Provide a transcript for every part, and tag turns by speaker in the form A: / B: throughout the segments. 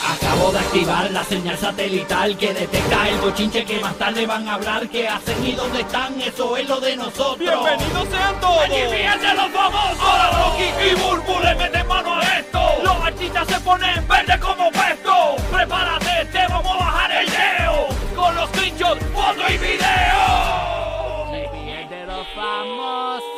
A: Acabo de activar la señal satelital que detecta el bochinche que más tarde van a hablar que hacen y dónde están, eso es lo de nosotros.
B: ¡Bienvenidos sean todos!
A: ¡Aquí fíjense los famosos!
B: Ahora Rocky y Burbu le meten mano a esto.
A: Los artistas se ponen verde como puesto. Prepárate, te vamos a bajar el leo. Con los pinchos, foto y video. de los famosos.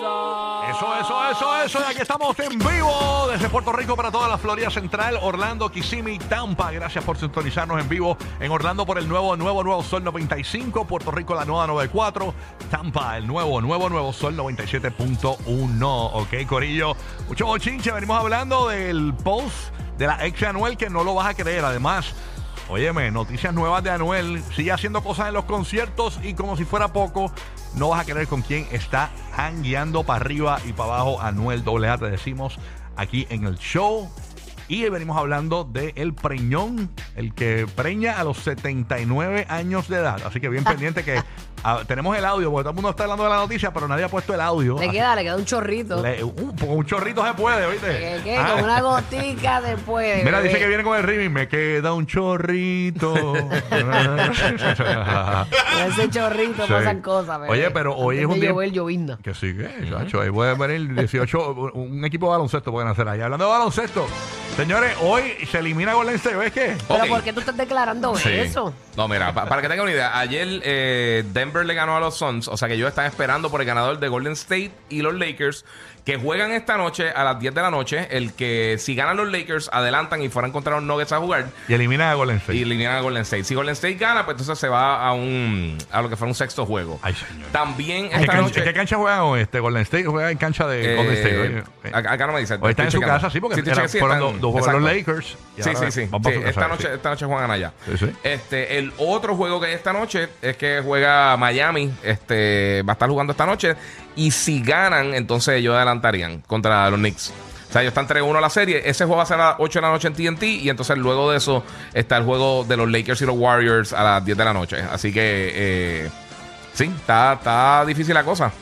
B: Eso, eso, eso, eso. Y aquí estamos en vivo desde Puerto Rico para toda la Florida Central, Orlando, Kissimmee, Tampa. Gracias por sintonizarnos en vivo en Orlando por el nuevo, nuevo, nuevo Sol 95. Puerto Rico, la nueva 94. Tampa, el nuevo, nuevo, nuevo Sol 97.1. Ok, Corillo. Mucho bochinche. Venimos hablando del post de la ex de Anuel que no lo vas a creer. Además. Óyeme, noticias nuevas de Anuel. Sigue haciendo cosas en los conciertos y como si fuera poco, no vas a querer con quién está hangueando para arriba y para abajo Anuel AA, te decimos aquí en el show. Y venimos hablando de el preñón, el que preña a los 79 años de edad. Así que bien pendiente que ah, tenemos el audio, porque todo el mundo está hablando de la noticia, pero nadie ha puesto el audio.
C: Le
B: Así-
C: queda, le queda un chorrito.
B: le- un, un chorrito se puede, ¿viste?
C: Que- que
B: Ah.
C: Con una gotica después.
B: Mira, dice que viene con el ritmo. Me queda un chorrito.
C: ese chorrito
B: Sí.
C: pasan cosas, bebé.
B: Oye, pero hoy
C: Antes
B: es un
C: de
B: día-
C: llover, llovizna.
B: que sí, que, chacho. Ahí puede venir 18. un- Un equipo de baloncesto pueden hacer ahí. Hablando de baloncesto, señores, hoy se elimina Golden State. ¿Ves qué?
C: Pero
D: Ok.
C: ¿por qué tú estás declarando
D: Sí.
C: eso?
D: No, mira, pa- para que tengan una idea, ayer eh, Denver le ganó a los Suns, o sea que ellos están esperando por el ganador de Golden State y los Lakers, que juegan esta noche a las 10 de la noche. El que si ganan los Lakers, adelantan y fueran contra los Nuggets a jugar
B: Y elimina a Golden State.
D: y eliminan a Golden State. Si Golden State gana, pues entonces se va a un a lo que fue un sexto juego.
B: Ay, señor.
D: También
B: ¿Qué,
D: esta
B: can-
D: noche.
B: qué cancha juegan hoy? Este, Golden State juega en cancha de
D: eh,
B: Golden State.
D: ac- acá no me dice.
B: O están en su
D: estoy checando.
B: casa, sí, porque
D: estoy
B: eran-
D: checando, sí,
B: fueron
D: están-
B: los- los jugadores los
D: exacto.
B: Lakers. y
D: Sí,
B: ahora
D: sí, sí.
B: van para
D: Sí,
B: su
D: esta,
B: casa,
D: noche,
B: sí.
D: esta noche juegan allá.
B: Sí, sí.
D: Este, el otro juego que hay esta noche es que juega Miami. Este, va a estar jugando esta noche. Y si ganan, entonces ellos adelantarían contra los Knicks. O sea, ellos están 3-1 a la serie. Ese juego va a ser a las 8 de la noche en TNT. Y entonces luego de eso está el juego de los Lakers y los Warriors a las 10 de la noche. Así que, eh, sí, está, está difícil la cosa.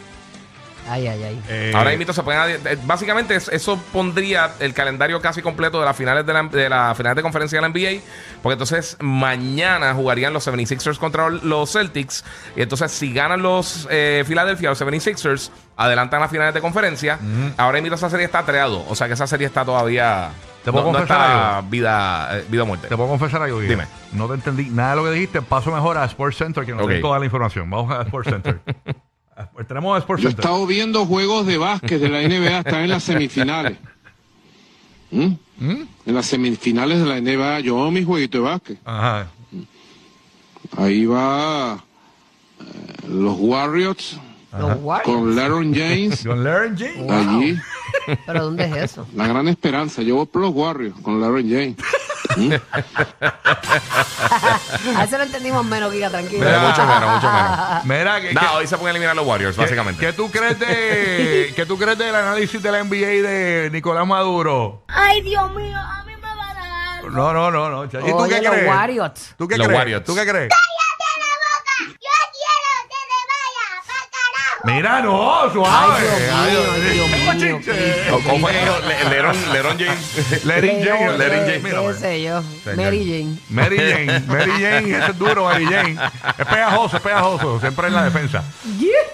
C: Ay, ay, ay.
B: Eh,
D: Ahora mismo se pueden. adi- eh, Básicamente, es- eso pondría el calendario casi completo de las finales de la, de la finales de conferencia de la NBA. Porque entonces mañana jugarían los 76ers contra los Celtics. Y entonces, si ganan los eh, Philadelphia, los 76ers, adelantan las finales de conferencia. Ahora mismo esa serie está 3 a 2. O sea que esa serie está todavía.
B: ¿Te puedo
D: no, no
B: confesar
D: está vida, eh, vida o muerte.
B: Te puedo confesar algo, Guido?
D: Dime.
B: No te entendí nada de lo que dijiste. Paso mejor a Sports Center, que nos
D: Ok.
B: den toda la información. Vamos a Sports Center. A- Tenemos a Sports
E: Yo he
B: Center.
E: estado viendo juegos de básquet de la NBA, están en las semifinales. ¿Mm? En las semifinales de la NBA, yo hago mis jueguitos de básquet.
B: Ajá.
E: Ahí va eh, los Warriors
C: Los Warriors.
E: con LeBron James.
B: John Laren James.
C: Wow.
E: Allí,
C: ¿Pero dónde es eso?
E: la gran esperanza. Yo voy por los Warriors con LeBron James.
C: A ese lo entendimos menos, Giga, tranquilo.
D: Pero Eh, mucho menos, mucho menos.
B: Mira, que,
D: Nah, hoy se pueden eliminar los Warriors,
B: que-
D: básicamente.
B: ¿Qué tú crees de qué tú crees del análisis de la NBA de Nicolás Maduro?
F: Ay, Dios mío, a mí me va a dar.
B: No, no, no, no. ¿Y tú
C: Oye,
B: qué
C: los
B: crees?
C: Warriors.
B: ¿Tú qué
D: Los
B: crees?
D: Warriors.
B: ¿Tú qué crees?
F: ¡Cállate la boca! ¡Yo quiero que te vaya! ¡Pa' carajo!
B: Mira, no,
C: Ay,
B: suave.
C: Dios mío, ay, Dios
B: Ay,
C: mío.
B: bochinche.
C: qué-
D: ¿Cómo fue que dijo? Le- Leron, Leron James.
B: Lerin Jane,
C: Leron,
B: Lerin Jane,
C: qué-
B: mira,
C: qué
B: bueno.
C: sé yo. Mary Jane.
B: Mary Jane, Mary Jane, ese es duro, Mary Jane. Es pegajoso, es pegajoso, siempre en la defensa.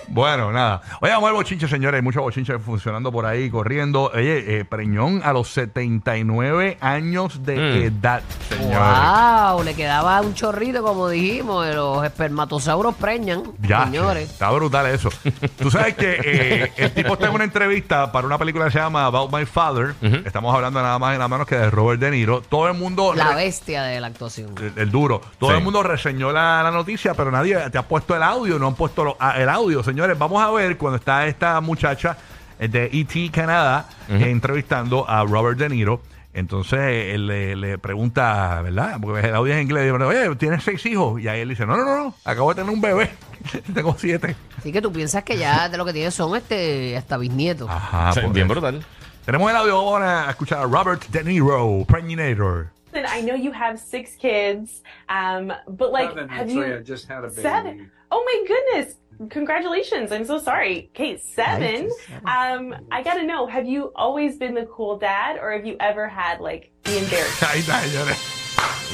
B: Bueno, nada. Oye, vamos al bochinche, señores. Hay muchos bochinches funcionando por ahí, corriendo. Oye, eh, Preñón a los 79 años de edad, señores.
C: Wow, le quedaba un chorrito, como dijimos, de los espermatozauros preñan,
B: Ya,
C: señores.
B: está brutal eso. Tú sabes que eh, el tipo está en una entrevista para una película que se llama About My Father. Estamos hablando nada más y nada menos que de Robert De Niro. Todo el mundo...
C: La bestia de la actuación.
B: el, el duro. Todo
D: Sí.
B: el mundo reseñó la, la noticia, pero nadie te ha puesto el audio, no han puesto lo- ah, el audio. Señores, vamos a ver cuando está esta muchacha eh, de ET Canadá eh, entrevistando a Robert De Niro. Entonces él le, le pregunta, ¿verdad? Porque el audio es en inglés. y le pregunta, Oye, ¿tienes seis hijos? Y ahí él dice, no, no, no, no, acabo de tener un bebé. Tengo siete.
C: Así que tú piensas que ya de lo que tienes son este hasta bisnietos.
B: Ajá,
D: Sí,
B: por
D: Bien
B: eso.
D: brutal.
B: Tenemos el audio ahora a escuchar a Robert De Niro, Pregninator.
G: Listen, I know you have six kids, um, but like, have you just had a baby. seven? Oh my goodness! Congratulations! I'm so sorry, Kate. Seven. Um, I gotta know: Have you always been the cool dad, or have you ever had like the embarrassing?
B: Ahí está, señores.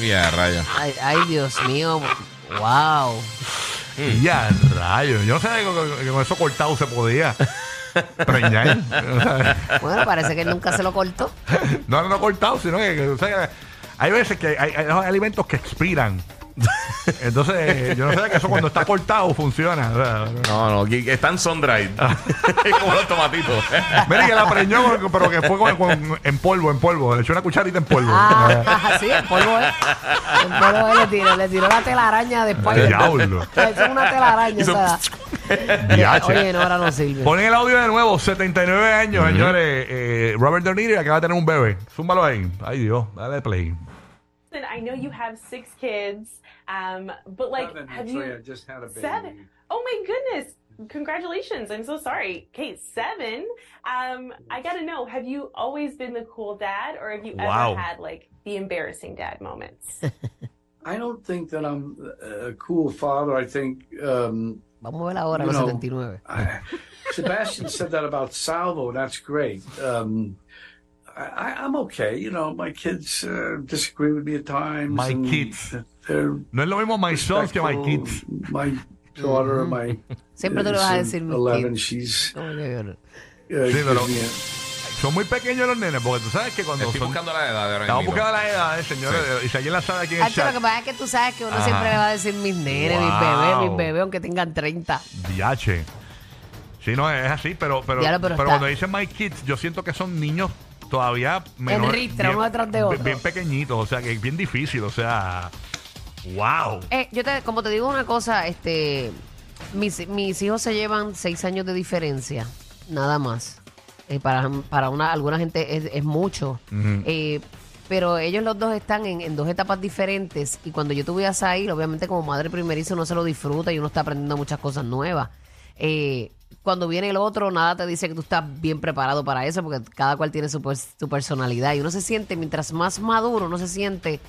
D: Ya, raya.
C: Ay, ay, Dios mío. Wow.
B: Ya, rayos. Yo no sé que, que con eso cortado se podía preñar. O sea,
C: Bueno, parece que él nunca se lo cortó.
B: no, no, no cortado, sino que, que, o sea, hay veces que hay, hay alimentos que expiran. Entonces, yo no sé que eso cuando está cortado funciona. O sea,
D: No, no, que- que están sun dried. Como los tomatitos.
B: Mira que la preñó, pero que fue con- con- en polvo, en polvo. Le echó una cucharita en polvo.
C: Ah, sí, el polvo es. El polvo es, le tiró, le tiró la telaraña de Spider-Man.
B: Diablo.
C: Eso es una telaraña.
D: Hizo
C: o sea,
B: Diache.
C: Oye, no, ahora no sirve.
B: Ponen el audio de nuevo, 79 años, señores. Eh, Robert De Niro acaba de tener un bebé. Zúmbalo ahí. Ay, Dios, dale play.
G: Listen, I know you have six kids, um, but like, have you
E: just had a
G: seven? Oh my goodness! Congratulations! I'm so sorry, Kate. Seven. Um, I gotta know: Have you always been the cool dad, or have you
B: Wow.
G: ever had like the embarrassing dad moments?
H: I don't think that I'm a cool father. I think um,
C: Vamos a ver ahora,
H: You
C: los
H: know.
C: 79.
H: Sebastian said that about Salvo. and That's great. Um, I, I- I'm okay. You know, my kids uh, disagree with me at times.
B: My
H: and
B: kids.
H: They're
B: No es lo mismo My Sons que My
H: respectful.
B: Kids.
H: My daughter, my
C: Siempre tú le vas a decir mis
H: 11,
C: kids.
H: she's
C: ¿Cómo que-
H: uh,
B: pero-
H: gives me a-
B: Son muy pequeños los nenes, porque tú sabes que cuando
D: Estoy
B: son-
D: buscando la edad de ahora
B: Estamos
D: mismo.
B: buscando la edad, eh, señores. Y si alguien la sabe aquí en el
C: Hacho, lo que
B: chat.
C: pasa es que tú sabes que uno
B: Ajá.
C: siempre le va a decir mis nenes, mis bebés,
B: Wow.
C: mis bebés, aunque tengan 30.
B: Diache. Sí, no, es así, pero, pero,
C: Diablo,
B: pero,
C: pero
B: cuando
C: está-
B: dicen My Kids, yo siento que son niños todavía menores.
C: ristra, uno detrás de
B: bien-
C: otro.
B: Bien pequeñitos, o sea, que es bien difícil, o sea. ¡Wow!
C: Eh, yo te, como te digo una cosa, este, mis, mis hijos se llevan seis años de diferencia, nada más. Eh, para para una, alguna gente es, es mucho. Eh, pero ellos los dos están en, en dos etapas diferentes. Y cuando yo tuve a Sahil, obviamente como madre primeriza uno se lo disfruta y uno está aprendiendo muchas cosas nuevas. Eh, cuando viene el otro, nada te dice que tú estás bien preparado para eso, porque cada cual tiene su, pers- su personalidad. Y uno se siente, mientras más maduro, uno se siente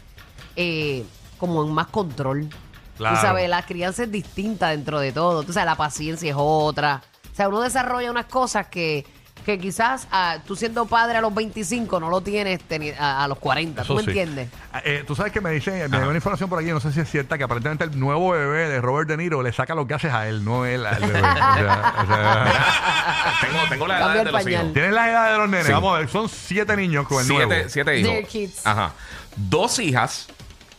C: eh, como en más control.
B: Claro.
C: Tú sabes, la crianza es distinta dentro de todo. Tú sabes, la paciencia es otra. O sea, uno desarrolla unas cosas que, que quizás ah, tú siendo padre a los 25 no lo tienes teni- a, a los 40.
B: Eso
C: ¿Tú me
B: sí.
C: entiendes?
B: Ah, eh, tú sabes que me dicen, me dio una información por aquí, no sé si es cierta, que aparentemente el nuevo bebé de Robert De Niro le saca los gases a él, no él al bebé. O sea, o sea,
D: Tengo, tengo la
C: Cambia
D: edad
C: el
D: de los hijos.
C: pañal.
B: Tienen la edad de los nenes,
D: Sí.
B: vamos a ver, son siete niños con el
D: siete,
B: nuevo.
D: siete
C: Their
D: hijos.
C: kids.
D: Ajá. Dos hijas.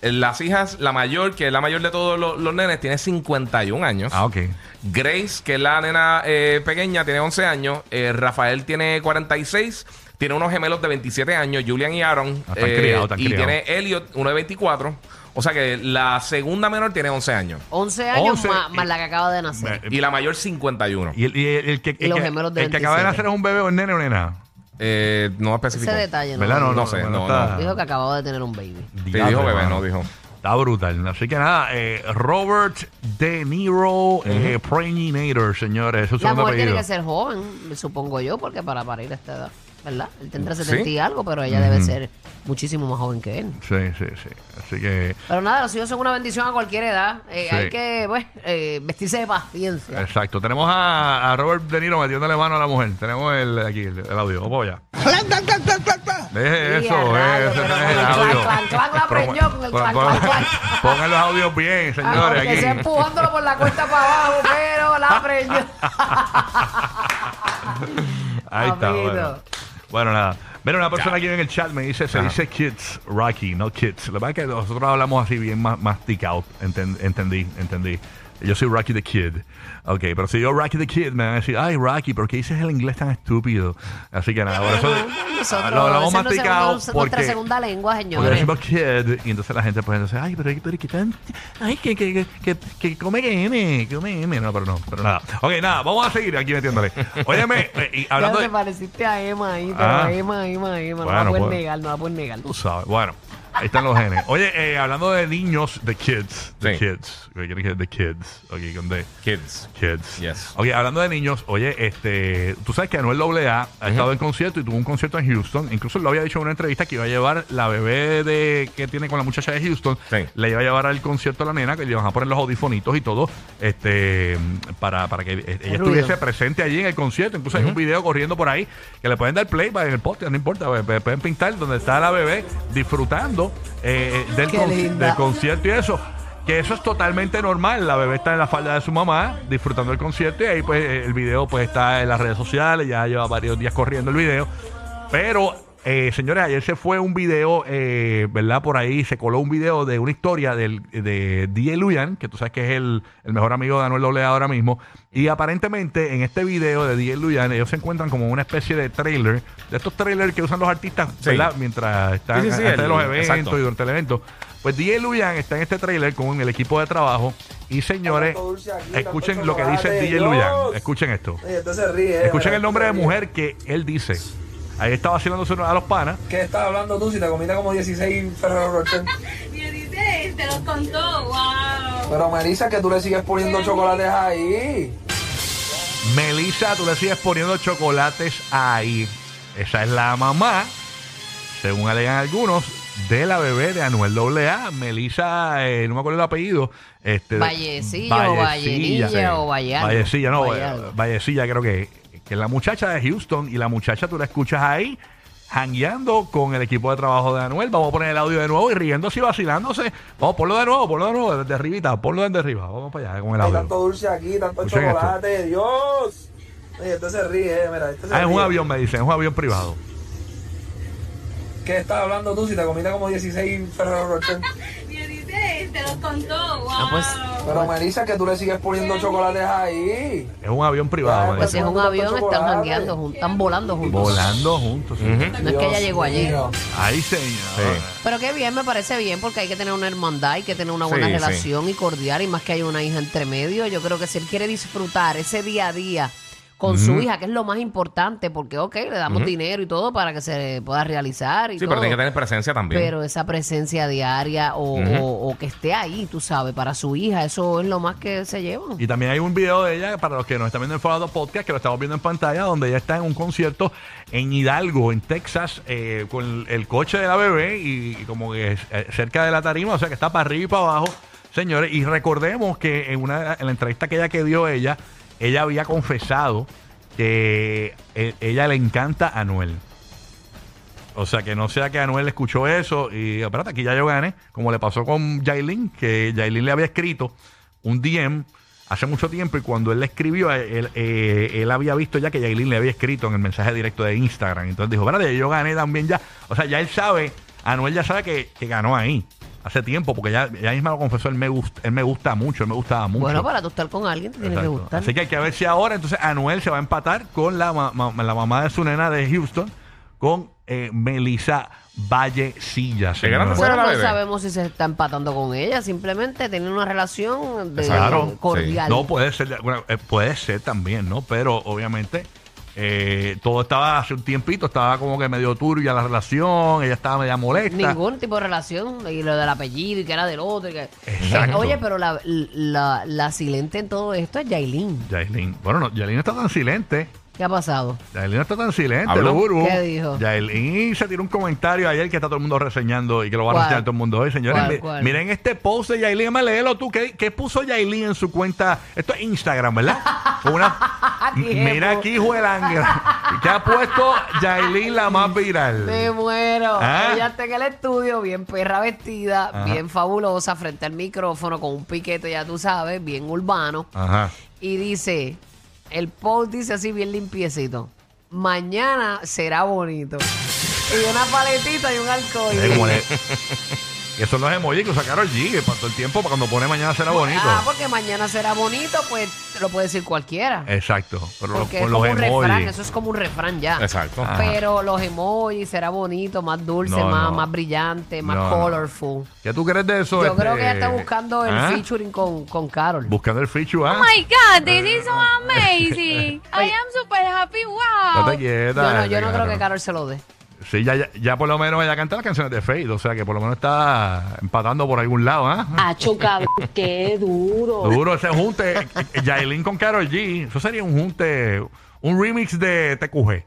D: Eh, Las hijas, la mayor, que es la mayor de todos los, los nenes, tiene 51 años.
B: Ah, ok.
D: Grace, que es la nena eh, pequeña, tiene 11 años. Eh, Rafael tiene 46. Tiene unos gemelos de 27 años, Julian y Aaron. Eh,
B: Ah, están criados, están
D: y
B: criados.
D: tiene Elliot, uno de 24. O sea que la segunda menor tiene 11 años.
C: 11 años
B: 11
C: más,
B: y-
C: más la que acaba de nacer.
B: Eh,
D: Y la mayor 51.
B: Y el, y el- el que, el,
C: Y los
B: que-
C: gemelos de
B: el que acaba de
C: 27.
B: nacer es un bebé o es nene o nena.
D: Eh, no especificó.
C: Ese detalle, ¿no?
B: ¿Verdad? No,
D: No
B: no
D: sé,
B: bueno,
D: no,
B: está-
C: Dijo que acababa de tener un baby.
D: Sí,
B: Diablo,
D: dijo bebé,
B: hermano.
D: no dijo.
B: Está brutal. Así que nada, eh, Robert De Niro eh, Pregninator, señores. Es su
C: La
B: segundo
C: mujer tiene
B: apellido.
C: que ser joven, supongo yo, porque para parir a esta edad. ¿verdad? Él tendrá
D: Sí.
C: 70 y algo, pero ella debe ser muchísimo más joven que él.
B: Sí, sí, sí. Así que,
C: Pero nada, los hijos son una bendición a cualquier edad. Eh,
B: Sí.
C: Hay que, pues, eh, vestirse de paciencia.
B: exacto. Tenemos a, a Robert De Niro metiéndole mano a la mujer. Tenemos el aquí, el, el audio. Vamos allá. Deje
C: Sí,
B: eso,
C: a rayos,
B: eso
C: pero
B: no es
C: con
B: el
C: el
B: audio.
C: clan, clan, clan la
B: Promo-
C: aprendió con el
B: pon-
C: clan,
B: pon-
C: clan, clan.
B: Pongan los audios bien, señores.
C: Ah, Aunque sea
B: aquí.
C: empujándolo por la cuesta para abajo, pero la aprendió.
B: Ah, Ahí está.
C: Amigo.
B: Bueno. Bueno, nada. Mira, una persona aquí en el chat me dice, se dice kids, Rocky, no kids. La verdad es que nosotros hablamos así bien más, más tick out. Enten- entendí, entendí. Yo soy Rocky the Kid. Ok, pero si yo Rocky the Kid, me van a decir, ay, Rocky, ¿por qué dices el inglés tan estúpido? Así que nada, por eso
C: Nosotros,
B: lo hablamos más
C: esa es nuestra
B: tick out
C: segunda- nuestra
B: porque,
C: segunda lengua,
B: porque
C: señores.
B: decimos kid y entonces la gente pues entonces, ay, pero, pero que tan, ay, que, que, que, que, que come que M, que come M. No, pero no, pero nada. Ok, nada, vamos a seguir aquí metiéndole. Óyeme, eh, y hablando
C: ya
B: de...
C: te pareciste a Emma ahí, pero
B: Ah.
C: Emma, Emma, Emma.
B: Bueno,
C: no la puedes
B: pues.
C: negar, no la puedes negar.
B: Tú sabes. Bueno, ahí están los genes. Oye, eh, hablando de niños, de kids. De
D: Sí.
B: kids. Oye, quiero que- De kids. Ok, con D.
D: Kids.
B: Kids.
D: Yes.
B: Oye, hablando de niños, oye, este, tú sabes que Anuel AA ha estado en concierto y tuvo un concierto en Houston. Incluso lo había dicho en una entrevista que iba a llevar la bebé de que tiene con la muchacha de Houston.
D: Sí.
B: La iba a llevar al concierto a la nena, que le iban a poner los audifonitos y todo, este, para, para que eh, ella
C: ruido.
B: estuviese presente allí en el concierto. Incluso hay un video corriendo por ahí que le pueden dar play para- en el podcast, no importa, pe- pe- pueden pintar donde está la bebé disfrutando eh, del,
C: Qué
B: con-
C: linda.
B: del concierto y eso. Que eso es totalmente normal. La bebé está en la falda de su mamá disfrutando el concierto y ahí pues eh, el video pues está en las redes sociales, ya lleva varios días corriendo el video. Pero, eh, señores, ayer se fue un video, eh, ¿verdad? Por ahí se coló un video de una historia del, de DJ Luyan, que tú sabes que es el, el mejor amigo de Anuel Olea ahora mismo. Y aparentemente en este video de DJ Luyan, ellos se encuentran como una especie de trailer, de estos trailers que usan los artistas,
D: Sí.
B: ¿verdad? Mientras están
D: Sí, sí, sí,
B: antes de
D: el-
B: los eventos
D: exacto.
B: y durante el evento. Pues DJ Luyan está en este trailer con el equipo de trabajo. Y señores, escuchen lo que dice DJ Luyan. Escuchen esto.
G: Eh,
I: eh,
B: Escuchen el nombre de mujer que él dice. Ahí está vacilándose a los panas.
I: ¿Qué estás hablando tú si te comiste como 16 Ferrero Rocher?
F: Y dice, te lo contó, wow.
I: Pero me dices que tú le sigues poniendo chocolates ahí.
B: Melissa, tú le sigues poniendo chocolates ahí. Esa es la mamá, según alegan algunos, de la bebé de Anuel AA. Melissa, eh, no me acuerdo el apellido. Este,
C: Vallecillo, Vallerilla, o Vallano.
B: Vallecilla, no,
C: Vallardo.
B: eh, Vallecilla creo que, que es la muchacha de Houston. Y la muchacha tú la escuchas ahí, jangueando con el equipo de trabajo de Anuel. Vamos a poner el audio de nuevo y riéndose y vacilándose. Vamos, ponlo de nuevo, ponlo de nuevo, desde arribita, ponlo desde arriba. Vamos para allá con el
I: Hay
B: audio.
I: tanto dulce aquí, tanto
B: Escuchen esto.
I: chocolate, Dios. Oye, este se ríe, eh, mira, este se
B: Ah, es un
I: ríe.
B: avión, me dicen, es un avión privado.
I: ¿Qué estás hablando tú si te comiste como 16 Ferrero Rocher?
F: Y dice, te lo contó, wow.
C: Ah, pues,
I: Pero me dices que tú le sigues poniendo chocolates ahí.
B: Es un avión privado. me
C: pues si
B: dicen.
C: es un avión, están
I: Chocolate.
C: jangueando juntos, están volando juntos.
B: Volando juntos. sí.
C: No es que ella llegó allí.
I: Mío.
B: Ahí, señor.
D: Sí.
C: Pero qué bien, me parece bien, porque hay que tener una hermandad, hay que tener una
D: Sí,
C: buena
D: sí.
C: relación y cordial, y más que hay una hija entre medio. Yo creo que si él quiere disfrutar ese día a día con su hija, que es lo más importante, porque, ok, le damos dinero y todo para que se pueda realizar y
D: Sí,
C: todo.
D: pero tiene que tener presencia también.
C: Pero esa presencia diaria o, o- o que esté ahí, tú sabes, para su hija, eso es lo más que se llevan.
B: Y también hay un video de ella, para los que nos están viendo en Falado Podcast, que lo estamos viendo en pantalla, donde ella está en un concierto en Hidalgo, en Texas, eh, con el, el coche de la bebé y, y como que eh, cerca de la tarima, o sea que está para arriba y para abajo, señores. Y recordemos que en, una, en la entrevista que ella que dio ella, ella había confesado que eh, ella le encanta a Anuel. O sea, que no sea que Anuel escuchó eso y, espérate, aquí ya yo gané, como le pasó con Jailin, que Jailin le había escrito un DM hace mucho tiempo y cuando él le escribió, él, eh, él había visto ya que Jailin le había escrito en el mensaje directo de Instagram. Entonces dijo, espérate, yo gané también ya. O sea, ya él sabe, Anuel ya sabe que, que ganó ahí hace tiempo, porque ya, ya misma lo confesó, él me, gusta, él me gusta mucho, él me gustaba mucho.
C: Bueno, para tú estar con alguien, te tiene que
B: Exacto.
C: gustar.
B: Así que hay que ver si ahora entonces Anuel se va a empatar con la, ma- ma- la mamá de su nena de Houston, con eh, Melissa Vallecilla. señora.
D: grande
C: Bueno,
D: Fuera la
C: no
D: bebé.
C: sabemos si se está empatando con ella, simplemente tienen una relación de-
B: Claro.
C: cordial.
B: No puede ser, de alguna- eh, puede ser también, ¿no? Pero obviamente eh, todo estaba hace un tiempito, estaba como que medio turbia la relación, ella estaba media molesta.
C: Ningún tipo de relación, y lo del apellido y que era del otro. y que-
B: Exacto.
C: Oye, pero la, la, la silente en todo esto es Yailin.
B: Yailin. Bueno, no, Yailin no está tan silente.
C: ¿Qué ha pasado?
B: Yailin no está tan silente,
C: ¿Habló?
B: Burbu.
C: ¿Qué dijo?
B: Yailin se tiró un comentario ayer que está todo el mundo reseñando y que lo va a
C: ¿Cuál?
B: reseñar todo el mundo hoy, señores.
C: ¿Cuál,
B: mi-
C: cuál?
B: Miren este post de Yailin, me léelo tú. ¿Qué, qué puso Yailin en su cuenta? Esto es Instagram, ¿verdad? Una,
C: Tiempo.
B: mira aquí, Juelangra. ¿Qué ha puesto Yailin la más viral?
C: Me muero.
B: Ah.
C: Ella está en el estudio, bien perra vestida,
B: Ajá.
C: bien fabulosa, frente al micrófono, con un piquete, ya tú sabes, bien urbano.
B: Ajá.
C: Y dice, el post dice así bien limpiecito. Mañana será bonito. Y una paletita y un
B: Es como le-
C: alcohol.
B: Y eso no es emoji que sacaron G para todo el tiempo, para cuando pone mañana será bonito.
C: Ah, porque mañana será bonito, pues lo puede decir cualquiera.
B: Exacto. Pero
C: Porque
B: con
C: es como
B: los
C: un refrán,
B: emojis.
C: eso es como un refrán ya.
D: Exacto.
B: Ajá.
C: Pero los emojis será bonito, más dulce,
B: No,
C: más,
B: no.
C: más brillante, más
B: No, no.
C: colorful.
B: ¿Qué tú crees de eso?
C: Yo creo
B: este?
C: que ella está buscando el
B: ¿Ah?
C: featuring con, con Carol.
B: Buscando el feature, ¿ah?
F: Oh my God, this is so amazing. I am super happy.
B: No te
F: Wow.
C: Yo
B: quietas.
C: no, yo no creo
B: claro.
C: que Carol se lo dé.
B: Sí, ya, ya, ya por lo menos ella canta las canciones de Fade, o sea que por lo menos está empatando por algún lado, ¿ah?
J: Acho, cabrón, qué duro.
B: Duro ese junte, eh, eh, Yailin con Karol G, eso sería un junte, un remix de TQG.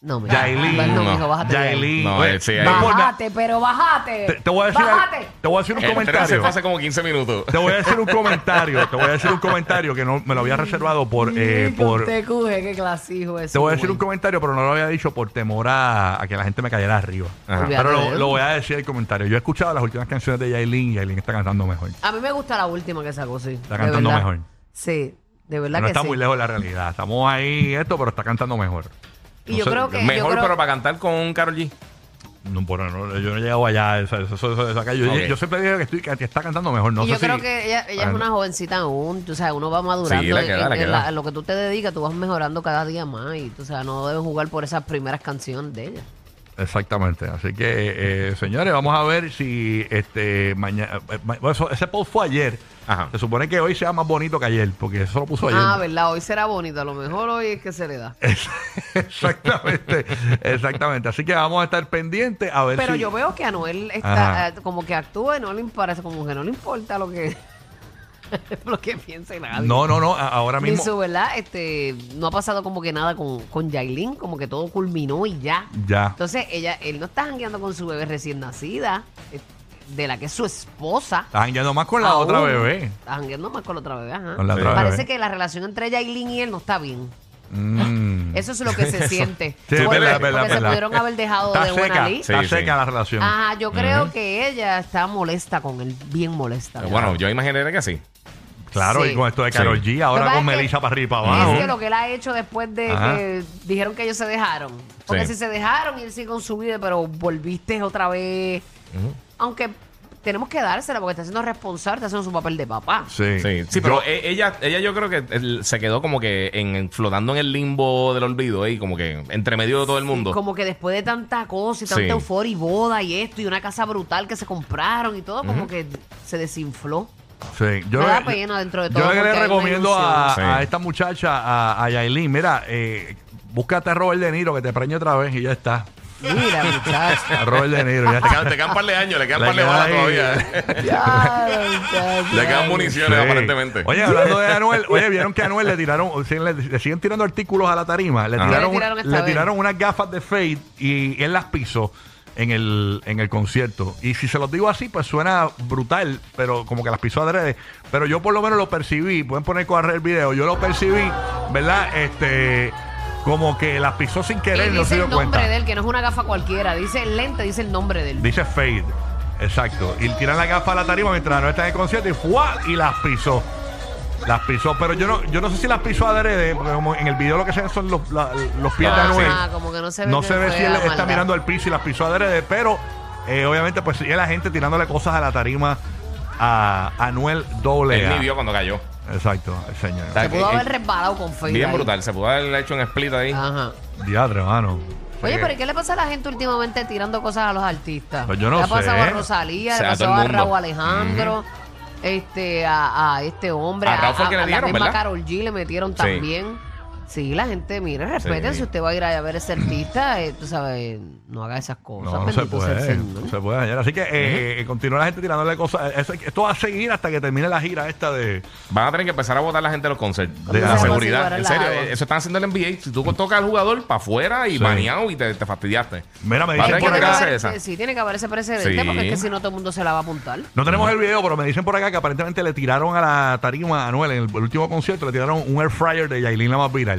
C: No, mira.
B: Yailin,
C: Pues no, mijo, bájate. de ahí.
B: Yailin.
D: No,
B: Oye,
D: eh, sí, ahí-
B: no importa.
C: Bájate, pero bájate.
B: Te, te voy a decir,
C: Bájate.
B: te voy a decir un
D: El tren se
B: comentario.
D: fue hace como 15 minutos.
B: Te voy a decir un comentario, te voy a decir un comentario que no me lo había reservado por, eh,
C: Mico,
B: por,
C: Te cuge, qué clasijo es.
B: Te voy a decir
C: güey.
B: un comentario, pero no lo había dicho por temor a, a que la gente me cayera arriba.
D: Ajá.
C: Olvídate
B: Pero
C: de
B: lo,
C: él.
B: lo voy a decir el comentario. Yo he escuchado las últimas canciones de Yailin y Yailin está cantando mejor.
C: A mí me gusta la última que sacó, sí.
B: Está
C: de
B: cantando
C: verdad.
B: mejor.
C: Sí, de verdad
B: No
C: que
B: está
C: sí.
B: muy lejos de la realidad. Estamos ahí esto, pero está cantando mejor.
C: Y yo creo que. yo
D: Mejor,
C: creo-
D: pero para cantar con Carol G.
B: No, bueno, no, yo no he llegado allá. Eso, eso, eso, eso, eso, acá. Yo,
D: Ok.
B: yo siempre digo que, estoy, que está cantando mejor. No
C: y
B: sé
C: yo
B: si-
C: creo que ella, ella es
B: Ah,
C: una jovencita aún, tú sabes, uno va madurando.
D: Sí, le queda,
C: en-
D: le
C: en
D: queda.
C: la- en lo que tú te dedicas, tú vas mejorando cada día más y tú sabes, no debes jugar por esas primeras canciones de ella.
B: Exactamente. Así que, eh, eh, señores, vamos a ver si este mañana. ese post fue ayer.
D: Ajá.
B: Se supone que hoy sea más bonito que ayer, porque eso lo puso ayer.
C: Ah, verdad, hoy será bonito, a lo mejor hoy es que se le da.
B: exactamente, exactamente. Así que vamos a estar pendientes a ver
C: Pero
B: si.
C: yo veo que Anuel
B: Ajá.
C: está eh, como que actúa y no le parece, como que no le importa lo que lo que piense nadie.
B: No, no, no. a- Ahora
C: Ni
B: mismo.
C: su, ¿verdad? Este, no ha pasado como que nada con, con Yailin, como que todo culminó y ya.
B: Ya.
C: Entonces, ella, él no está jangueando con su bebé recién nacida, eh, de la que es su esposa.
B: Estás jangueando más con la
C: Aún.
B: otra bebé.
C: Está jangueando más con la otra bebé, ajá.
B: Con la otra
C: Parece
B: bebé.
C: que la relación entre Yailin y él no está bien.
B: Mm.
C: Eso es lo que se siente.
B: Sí, es
C: porque
B: verdad, es
C: porque
B: verdad,
C: se
B: es verdad.
C: pudieron haber dejado
B: Está
C: de Ah,
B: seca,
C: buena ley.
B: está
D: Sí, sí.
B: seca la relación.
C: Ajá, yo creo
B: Ujú.
C: que ella está molesta con él, bien molesta.
D: Pero Bueno, yo imaginaría que sí.
B: Claro,
C: sí.
B: y con esto de Carol
D: Sí.
B: G, ahora
C: Lo que
B: con
C: pasa es que-
B: Melissa para arriba y para abajo.
C: Es que lo que él ha hecho después de
B: Ajá.
C: que dijeron que ellos se dejaron. Porque
D: Sí.
C: si se dejaron y él sigue con su vida, pero volviste otra vez. Aunque tenemos que dársela porque está siendo responsable, está haciendo su papel de papá.
B: Sí.
D: Sí,
B: Yo-
D: sí pero e- ella, ella yo creo que el- se quedó como que en, en- flotando en el limbo del olvido, ahí como que entre medio de todo el mundo.
C: Como que después de tanta cosa y
D: Sí.
C: tanta euforia y boda y esto y una casa brutal que se compraron y todo, como que se desinfló.
B: Sí, yo lo
C: Me da
B: que-
C: pena dentro de
B: yo
C: todo,
B: lo que
C: porque
B: le
C: hay una
B: recomiendo
C: ilusión.
B: a,
D: Sí.
B: a esta muchacha, a, a Yailin, mira, eh, búscate a Robert De Niro que te preñe otra vez y ya está.
C: Mira, muchacho.
B: A Robert De Niro, ya
D: Te
B: está.
D: quedan, te quedan par de años, le quedan
B: Le
D: par de
B: queda
D: balas
B: ahí.
D: todavía. le quedan municiones,
B: Sí.
D: aparentemente.
B: Oye, hablando de Anuel, oye, vieron que a Anuel le tiraron, o sea, le, le siguen tirando artículos a la tarima. Le
D: Ajá.
B: tiraron,
C: ¿Qué le tiraron esta
B: le
C: vez?
B: tiraron unas gafas de Fade y él las pisó en el, en el concierto. Y si se los digo así, pues suena brutal, pero como que las pisó adrede. Pero yo por lo menos lo percibí, pueden poner correr el video, yo lo percibí, ¿verdad? Este, como que las pisó sin querer,
C: Y
B: no se
C: dice el
B: dio
C: nombre
B: cuenta.
C: de él, que no es una gafa cualquiera. Dice el lente, dice el nombre de él.
B: Dice Fade. Exacto. Y tiran la gafa a la tarima mientras no está en el concierto y ¡fua! y las pisó. Las pisó, pero yo no, yo no sé si las pisó adrede, porque como en el video lo que se ven son los, la- los pies de
C: Ah,
B: Anuel.
C: como que no se ve
B: No
C: que
B: se ve
C: fue
B: si él
C: a
B: está
C: maldad.
B: mirando al piso y las pisó adrede, pero eh, obviamente pues sigue la gente tirándole cosas a la tarima a Anuel doble.
D: Él ni vio cuando cayó.
B: Exacto, el señor.
D: Está
C: Se pudo
D: Eh,
C: haber
D: eh,
C: resbalado con fe.
D: Bien brutal, se pudo haber hecho un split ahí.
C: Ajá.
B: Diadre, hermano.
C: Oye, pero ¿y ¿qué le pasa a la gente últimamente tirando cosas a los artistas?
B: Pues yo no
C: le ha
B: sé.
C: pasado a Rosalía,
D: O sea,
C: le
D: a
C: pasó
D: todo
C: a
D: el mundo.
C: Raúl Alejandro, este, a, a este hombre,
D: A Raúl fue el que le
C: la
D: dieron,
C: misma
D: ¿verdad?
C: Carol G le metieron
D: Sí.
C: también. Sí, la gente, mire, respeten
B: Sí.
C: si usted va a ir a ver ese artista, eh, tú sabes, no haga esas cosas.
B: No, no se
C: bendito sea el
B: puede,
C: Señor.
B: no se puede dañar. Así que eh, continúa la gente tirándole cosas. Eso- esto va a seguir hasta que termine la gira esta de...
D: Van a tener que empezar a votar la gente de los concerts. De
B: Comenzamos a
D: la seguridad.
B: asegurar
D: En
B: la
D: serio,
B: agua.
D: eh, eso están haciendo el NBA. Si tú tocas al jugador, para afuera y
B: Sí.
D: baneado y te, te fastidiaste.
B: Mira, me dicen
D: Van a tener que
B: por
C: Tiene que
B: acá...
D: hacer
C: haber-
D: esa.
C: Sí, tiene que haber ese
B: Sí.
C: precedente porque es que si no todo el mundo se la va a apuntar.
B: No tenemos el video, pero me dicen por acá que aparentemente le tiraron a la tarima a Anuel en el, el último concierto, le tiraron un air fryer de Yailin la más viral.